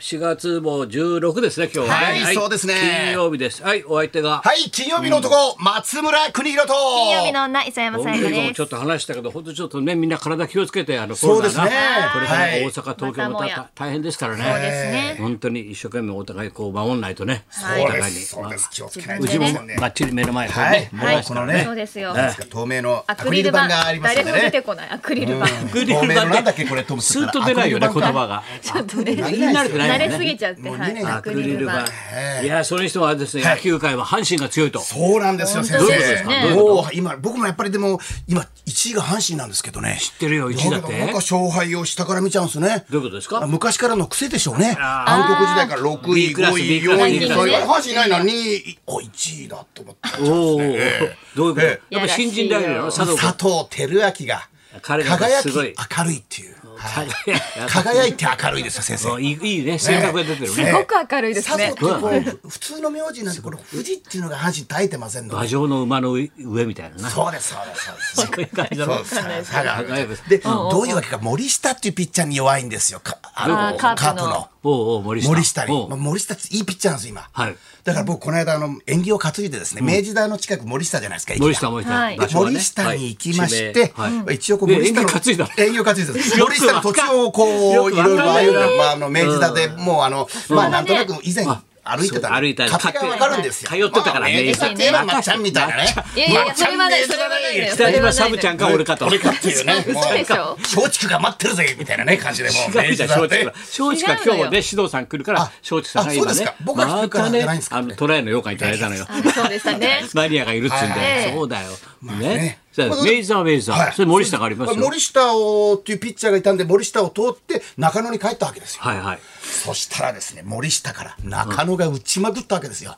4月も16ですね、今日は、ね。はいそうですね金曜日です。はい、お相手が。はい、金曜日の男、松村邦洋と。金曜日の女磯山さやか今もでちょっす。と話したけど、本当にちょっとね、みんな体気をつけて、あの、そうですねコロナがこれからはい大阪、東京もまたもたや大変ですからそうでね。すね。本当に一生懸命お互いこう守んないとね。はいおそう互でいに。す。そうです。ま気をつけなあいうとちいけもませんね。バッチリ目の前ではねい。。もうもうこのねそう、ですよ。なんですか透明のアクリル板があります誰よも出てね。こないアクリル板。グリ透ーン明バのなんだっけこれトムスーッと出ないよね、言葉が。ちょっとアねクリル板慣れてないよ慣ねれすぎちゃって、もうは二い。年アクリル板。いや、それにしてもあれですね、はい野球界は阪神が強いと。そうなんですよ、先本当ですね生。もう今、僕もやっぱりでも、今、1位が阪神なんですけどね。知ってるよ一位だってなんか勝敗を下から見ちゃうんですね。どういうことですか昔からの癖でしょうね。あ暗黒時代から6 B 位、クラス5 B 位、クラス4 B 位、クラスそういう阪神ないな、2位、お、1位だと思って。おお、どういうこと、えやっぱ新人だよね、佐藤君佐藤輝明が彼がね輝すきごい明るいっていう、は輝いき輝いて明るいですよ先そう生いいいいね、性格が出てるね。すごく明るいです佐藤っねて。こう普通の名字なんでこの富士っていうのが恥耐えてませんの馬で上の馬の上みたいなな。そうですそうですそうですそういう感じだそうろで。す佐輝く賀でどういうわけか森下っていうピッチャーに弱いんですよかああのーカカーーププののおうおう森下。森下おに、うまあ、森下っていいピッチャーなんです今、はいだから僕この間あの縁起を担いでですね、明治大の近く森下じゃないですか駅が森下森下、はい場所はね森下に行きまして、はい地名はい一応こう森下のえ縁起担いだ営業担いだ よくわかん森下の土地をこういよくろわいろかんあなあいいうねまああの明治座でもうあのまあなんとなく以前あ歩いてたそらう歩いたり勝手がわかるんですよ通ってたからねまあ明治座っていえばまっちゃんみたいなねいやいやまっちゃんそれはない明治座だねそれはないです北島サブちゃんか俺かと。俺かっていうねも嘘でしょう松竹が待ってるぜみたいなね感じでもう違う明じゃ治ん座松竹でが松竹が今日もね指導さん来るからあ松竹さんが今あねそうですか僕は来るからじゃないんですかあのトライの羊羹いただいたのよ。あそうでしたね。マニアがいるっつうんはいでは、いそうだよ。ねね。そうだよ明治さんは明治さはん、いそれ森下がありますよ。森下をっていうピッチャーがいたんで森下を通って中野に帰ったわけですよはいはい。そしたらですね森下から中野が打ちまくったわけですよ。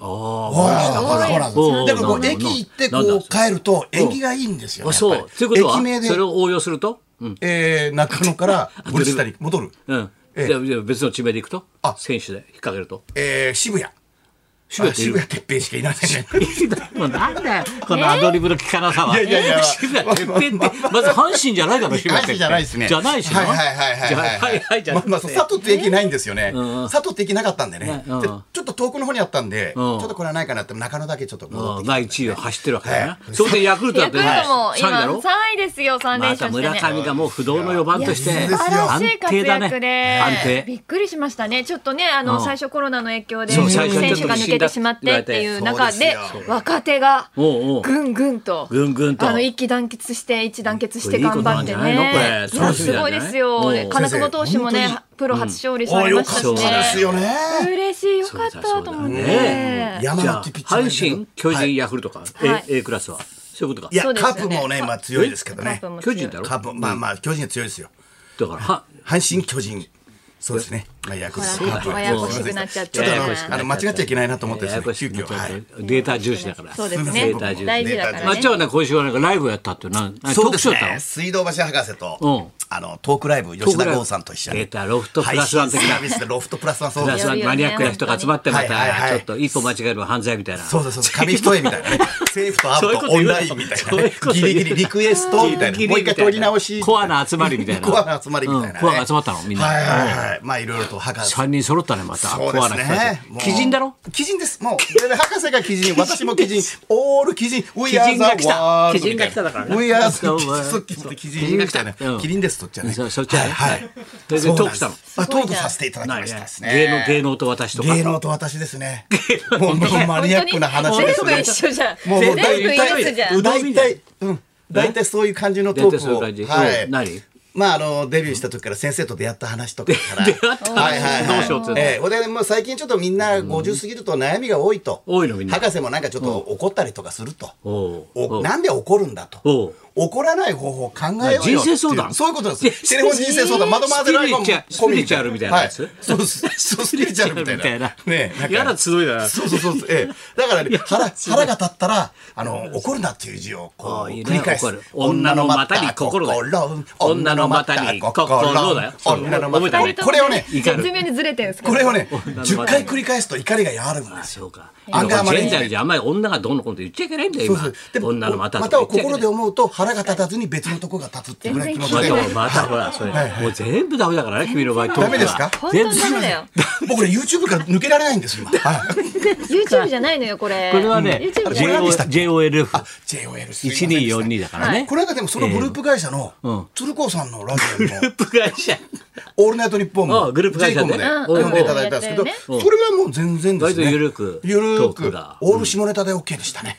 あほらほらほらそうなんだだからそこうなんうだ駅行ってこなんだう帰ると縁起がいいんですよ、あ。あやっぱそりう。ということは駅名でそれ、を応用すると。うん。えー、中 野から森下に戻る、うん。ええじゃあじゃあ別の地名で行くとあ選手で引っ掛けると。えー、渋谷渋あ谷渋って谷てっぺんしかいないですねもうなんだよ、このアドリブの効かなさは。いやいやいや渋谷てっぺんって、まず阪神じゃないだろ、 渋谷てっぺん。じゃないですねじゃないしな。はいはいはいはいじゃははいいはいはい、じゃなまくてあまあそう佐藤って駅ないんですよね、佐藤って駅なかったんでね、うんでちょっと遠くの方にあったんで、うんちょっとこれはないかなって中野だけちょっと戻うってんきて、まあ一位を走ってるわけだなは。いそれでヤクルトだっヤクてルねトも三位だ今ろ三位ですよ、三連また勝し村てね。上がもう不動の4番としいてやそうです素よ晴らしい活躍で安定びっくりしましたね、ちょっとね、あうのん最初、コロナの影響でそ選う最初手が抜けてしまってっていう中でそうです、よ若手がおうおうぐんぐんと、ぐんぐんとあの一気団結して、一致団結しこてれいいことなん頑張っじてゃないのこれね、いや楽しみすなんごじいゃないですうんよ、金久保投手も先生ね本、プロ初勝利さあれよまかしったたしですよね、ね嬉しい、よかっそうだそうだたと思っねて。山じ田ゃあっていうピッチャーがいるけど阪神、巨は人、いヤクルトか、はい A, A クラスは。そういうことか。いや、そうですカよーねプもね、まあ強いですけどね。巨人だろカープ、まあまあ、巨人は強いですよ。だから、は、阪神、巨人。そうですね。まあ、ヤクルト、ほカらープは。ややこしくなっちゃってちょっとあのややこしくなっちゃってあの、間違っちゃいけないなと思ってですややね。こ急しくなっ遽、ちゃはうい。とデータ重視だから。そうですすいませんねデータ重視。大事だかねまらっちゃんはね、今週はなんかライブをやったっていうな、なそうですトークショーやったね。の水道橋博士と、うんあの、トークライブ、吉田剛さんと一緒に。出たロフトプラスワン的な配信サービスでロフトプラスワン、そうプでラすス。ワンマニアックな人が集まってまはいはいたはいちょっと一歩間違えれば犯罪みたいなそうそうそう、紙一重みたいなね。 政府とアそういうこブとと言オうンなラインみたそういういことな。言ギうリギリリクエストみたいな。もう一回取り直し。コアな集まりみたいなコアな集まりみたいなね。うんコアが集まったのみんなはいはいはい。まあ、いろいろと博士。 3人揃ったねまたそうコでアすな人たねち。もう鬼人だろ鬼人です。もう、ベベ博士が鬼 人、私も鬼人、オール鬼人、ウィアー鬼人が来たザワールド鬼人が来ただからねウィアーザそうそう鬼人が来たねうん。キリンです、とっちゃね。そうそっちはねはいはいい。それでそうトなーんクしですたのあトークさせていただきましたです芸能ね。芸能と私とか芸能と私ですね。もうマニアックな話本です当にね。全部一緒じゃん。もうもう全部大一緒じゃ体、。ん大体、うん。大体そういう感じのト大体そういう感じークを。はういん。何まああのデビューした時から先生と出会った話とかか ら出会った話はいはいはいどうしようっていうのええでもう最近ちょっとみんな50過ぎると悩みが多いと多いのみんな博士もなんかちょっと怒ったりとかするとおうおおうなんで怒るんだおうと怒らない方法を考えようよ人生相談っていうそういうことなんですよテレフォン人生相談窓回せないスピリチュアスピリチュアルみたいなやつそうですそうスピリチュアルみたいなねえんか嫌な集いだなそうそうそうそう。ええ、だからね、腹、腹が立ったら、あの、怒るなっていう字を、こああう、いいね繰り返す怒る。女の股に心が女の股に心が女のの股に心だよ女の股に覚えてるこれをね、絶妙にずれてるんですけどこれをね、女の股に10回繰り返すと怒りが和らぐんですよ。そうか。アンガーマネジジェンダメントーじゃあんまり女がどうのこうのって言っちゃいけないんだよ、そうそ今う。でも、女の股とか股を言っちゃいけな心いで思うと腹が立たずに別のとこが立つっていうぐらい気持ちまでた。ほらまたほら、それ。もう全部ダメだからね、君の場合。ダメですか本当全部に。ダメだよ僕ね、YouTube から抜けられないんですよ、今。はい YouTube じゃないのよこれこれはね、 YouTube じゃない JO JOLF。 JOL すいませんでした。 1242だからね。これがでもそのグループ会社のうん鶴光さんのラジオにもグループ会社。オールナイトニッポンあもグループ会社で J コムでうん読んでいただいたんですけど、うんやっよねそれはもう全然です割ねと緩く緩トークくがオール下ネタで OK でしたね、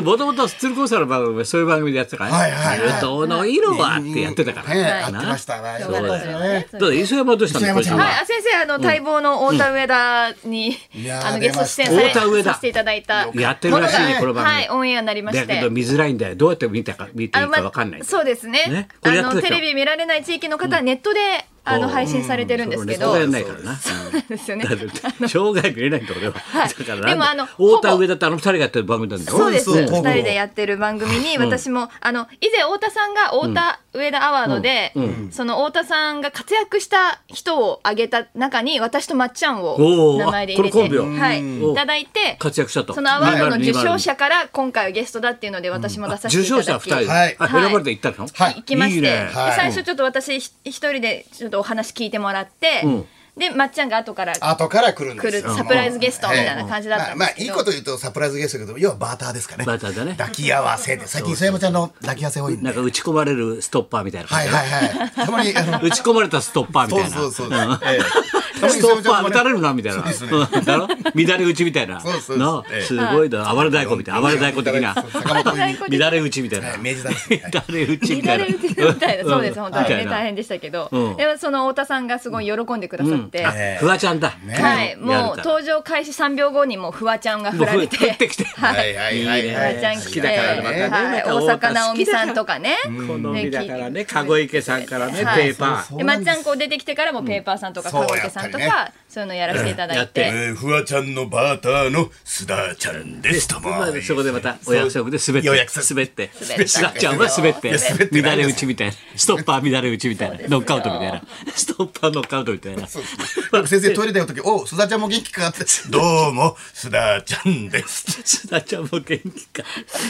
もともと鶴光さんの番組はそういう番組でやってたからね。はいはいはいえっとの色はってやってたから。ねねやってましたねそようだかよったねですたねだ磯山どうしたの磯山ちゃん今は週はい、あ先生あの待望の太田上田に、いやーあの出ゲまストした出演され太田上田させていただいたものがやってるらしいねこの番組はいオンエアになりましだけてど見づらいんだよ。どうやって見たか、見ていいあまかわかんない。そうですねねこあれやってのたテでしょレビ見られない地域の方はネットで、あうのん配信されてるんですけど、そうねそこがやんないからな。うんですよねだって生涯見れないんだ俺は。いだからなんだでもあの太田ほぼ上田ってあの二人がやってる番組なんだよ。そうですそう二です人でやってる番組に私も、あの以前太田さんが太田上田アワードで、その太田さんが活躍した人を挙げた中に私とまっちゃんおをー名前で入れてあこのコンビをはい、いただいて活躍したと。そのアワードの受賞2020者から今回はゲストだっていうので私も出させて受いただき、賞者二人で。はいあ選ばれて行ったのはい行きましていいねではい最初ちょっと私ひ一人でちょっとお話聞いてもらって、うんでまっちゃんが後から後から来るんで来するよサプライズゲストみたいな感じだったんでまあ、すまあけいいど、こと言うとサプライズゲストだけど要はバーターですかねバーターだね抱き合わせで最近磯山ちゃんの抱き合わせ多いんでなんか打ち込まれるストッパーみたいなは感いじ。はいはいたまにあの打ち込まれたストッパーみそたういな。そうそううんえストッパーえたまに磯山ちゃんも打ねたれるなみたいな。そうですねうん だろ乱れ打ちみたいな。そうそうそうなええすごいだ。暴れ太鼓みたいな。暴れ太鼓的な。坂本冬美はい乱れ打ちみたいな。はい乱明治大学はれい打ちみた乱いれな。打ちみたいな、そうです、本当にみたいね、な大変でしたけど、うんでもその太田さんがすごい喜んでくださって、あええフワちゃんだ。はい、やるもうから登場開始3秒後にもうフワちゃんが振ら れて、もう降ってきてはい、はいはいフワちゃん来て、だからねはい、大阪なおみさんとかね、好みだからねね。聞いて籠池さんからね、ペはいーパー。でまっちゃんこう出てきてからもペーパーさんとかそう川池さんとやっぱりかそういうのやらせていただやいってて。えー、フワちゃんのバーターの須田ちゃんですとまあそこでまたお約束で滑ってそうお約束滑って滑ったすっちゃんは滑っいてや滑ってな乱いれ打ちみたいなストッパー乱れ打ちみたいなノックアウトみたいなストッパーノックアウトみたいなそうそう先生トイレだよ時おう須田ちゃんも元気かってどうも須田ちゃんですすだちゃんも元気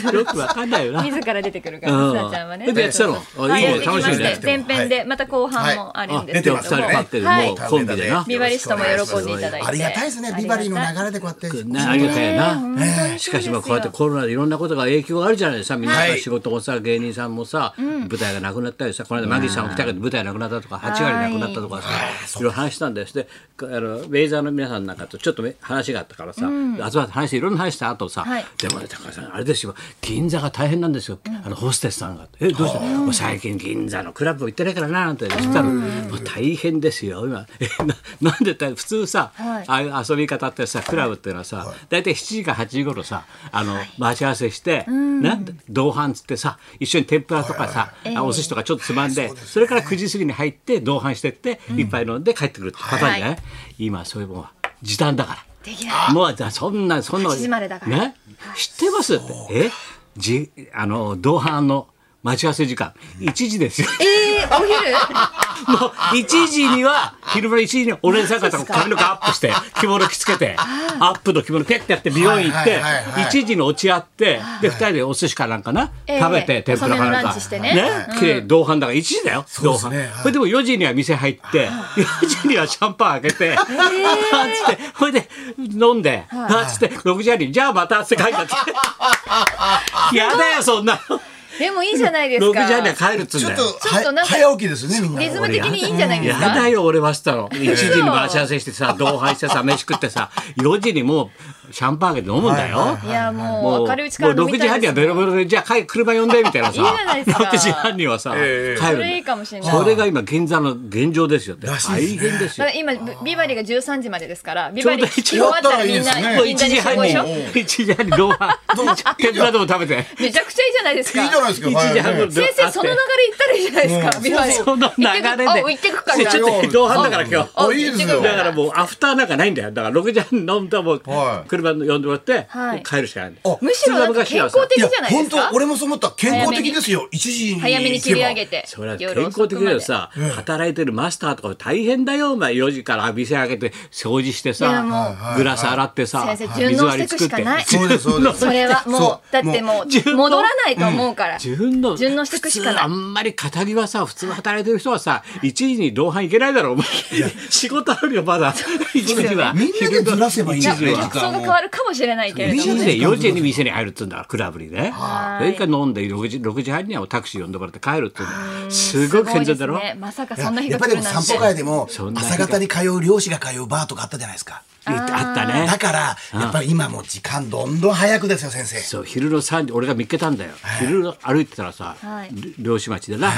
かよくわかんないよな自ら出てくるから、うんすなちゃんはね。でやってたのあはいいねやってきま楽しみだしよて、前編で、また後半もあるんですけ でどもも。二人立ってるもうコンビでなビバリストも喜んでいただいて。ありがたいですねビバリーの流れでこうやってねありがたいねなえ本当にそうですよしかしまあこうやってコロナでいろんなことが影響があるじゃないですかみんなはいまあ仕事もさ芸人さんもさ舞台がなくなったりさこの間マギさんも来たけど舞台なくなったとか8割なくなったとかさいろいろ話したんだよしてあのベイザーの皆さんなんかとちょっとめ話があったからさ集まって話していろんな話した後さはいでもね高橋さんあれですよ銀座が大変なんですよあのホステスさんが「えどうしたもう最近銀座のクラブ行ってないからな」なんて言ったら「もう大変ですよ今えななんでって普通さはいああいう遊び方ってさクラブっていうのはさ、大体7時か8時頃さあの、待ち合わせして、ね、同伴っつってさ一緒に天ぷらとかさ、あお寿司とかちょっとつまんで,、それから9時過ぎに入って同伴してって、一杯飲んで帰ってくるってパターンじゃない、今そういうもんは時短だから。できなもうだそんなそんな8時までだからね知ってますってえじあの同伴の待ち合わせ時間1時ですよ。えー、お昼もう1時 には昼間の1時にはお姉さん方が髪の毛アップして着物着付けてアップの着物ペッてやって美容院行ってはいはいはいはい1時に落ち合ってで2人でお寿司かなんかなええ食べて天ぷらか遅めなのんラかンチしてねうん綺麗に同伴だから1時だよそう同です伴ねはいこれでも4時には店入って4時にはシャンパン開けて つってほいで飲んであつって6時半にじゃあまたって書いてあってやだよそんなのでもいいじゃないです6時か。半には帰るっつうんちょだっよとちょっとなんか早起きですねみんなリズム的にいいんじゃないですやだか。よ俺はしたの1時に待ち合わせして さ同伴してさ飯食ってさ4時にもうシャンパンあげて飲むんだよ、いや、もう明るいうちからも飲う6み時た半にいではすベロベロでじゃあ帰車呼んでみたいなさいいじゃないですか6時半にはさ、ええ帰るんそだれいいよかもしれない。それが今現在の現状ですよってらしい大ですね変ですだよから今ビビバリーが13時までですからビちょバうリどー聞き終わったらみんなちょうどいいですねもう1銀時座に集半合にでし 1ょ時半に同伴天ぷらでも食べてめちゃくちゃいいじゃないですかいいじゃないですけど、一時半頃はいで先生その流れ行ったらいいじゃないですか、美馬へその流れで行ってくあ行ってくかちじゃあょっと同伴だから今日。あ、いいですよ。だからもうアフターなんかないんだよ。だから6時半飲んだらもうはい車呼んでもらってはい帰るしかないんだよ。あむしろだって健康的いじやゃ、ないで本すか当、俺もそう思った。健康的ですよ。一時に行けば。早めに切り上げてそれは健夜康遅的だくまでよさ、働いてるマスターとか大変だよお前4時から店開けて掃除していやさもうグラス洗ってさ先生水順応し割てりいく作っしかてないそうです、そうです。それはもうだっても順応う戻らないと思うから、自分の順応していくしかない普通あんまり語りはさ普通働いてる人はさ一時に同伴いけないだろお前 仕事あるよまだ一時はみんなでずらせばいいん一だよ時ね。は客層が変わるかもしれないけれど1も時で4時に店に入るっつうんだからクラブにねはいそれから飲んで6時 ,6 時半にはタクシー呼んでもらって帰るっつうんだすごく健全だろすごいですねまさかそんな日やがっぱ来りでるもなん散て歩会でもそんな日が朝方に通う漁師が通うバーとかあったじゃないですか。あったねだからやっぱり今もう時間どんどん早くですよ先生。そう昼の3時俺が見っけたんだよ、昼の歩いてたらさ、はいり漁師町でな、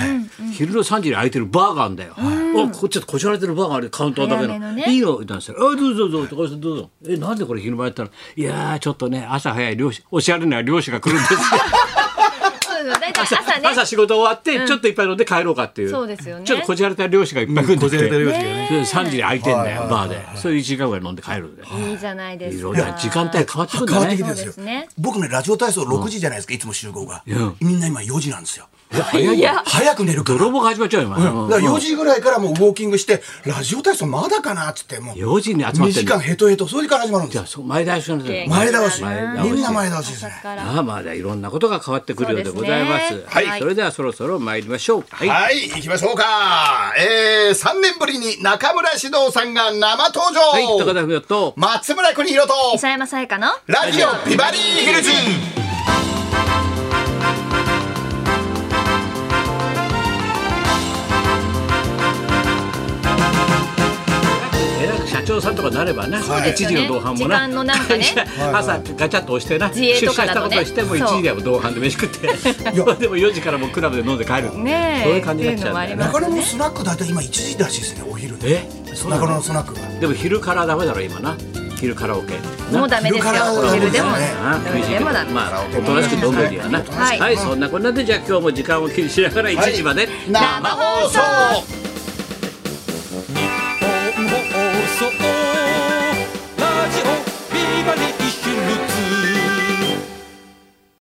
昼の3時に開いてるバーがあるんだよ、おこっちょっとこしられてるバーがあるカウンターだけ早めののねいいの?」って言ったんですよ「あどうぞどうぞ」どうぞどうぞえなんでこれ昼前やったのいやーちょっとね朝早い漁師おしゃれな漁師が来るんですよそうそう大体朝ね朝仕事終わって、ちょっといっぱい飲んで帰ろうかっていうそうですよねちょっとこじられた漁師がいっぱい来るんだって、うんこじられた漁師がね3時に開いてんだよ、バーでそれ1時間ぐらい飲んで帰るんだよ、いいじゃないでいすろかんな時間帯変わってくるん変わだねってきてるんそうでですすよね。僕ねラジオ体操6時じゃないですかいつも集合がうん。みんな今4時なんですよ。いや早く寝るから。泥棒が始まっちゃうよお前、だから4時ぐらいからもうウォーキングしてラジオ体操まだかなっつってもう4時に集ま2ってん時だ間ヘトヘトそれから始まるんですじゃよあ。そう前倒しなんだよ前倒し前倒しみんな前倒しですね朝。からまあまあいろんなことが変わってくるようでございますそうですねはい、はいそれではそろそろ参りましょうはい、はい、行きましょうか。えー、3年ぶりに中村獅童さんが生登場。はい、高田文夫と松村邦洋と、磯山さやかのラジオビバリーヒルズ。偉く社長さんとかなればな、はい一時の同伴もな時間のなん かね朝ガチャッと押してな自営と出社かしだたことねとしても一時でも同伴で飯食って でも4時からもうクラブで飲んで帰るねえそういう感じになっちゃうんだよっていうのもねあり中野のスナック大体今1時らしいですね、お昼ね。えそうな中野ののスナックが。でも昼からダメだろ今な昼カラオケなもうダメですよ昼からそう昼でもそうですねな夜でもダメまあおとなしく飲むにはなはいはい、そんなこんなでじゃあ今日も時間を気にしながら1時まで、生放送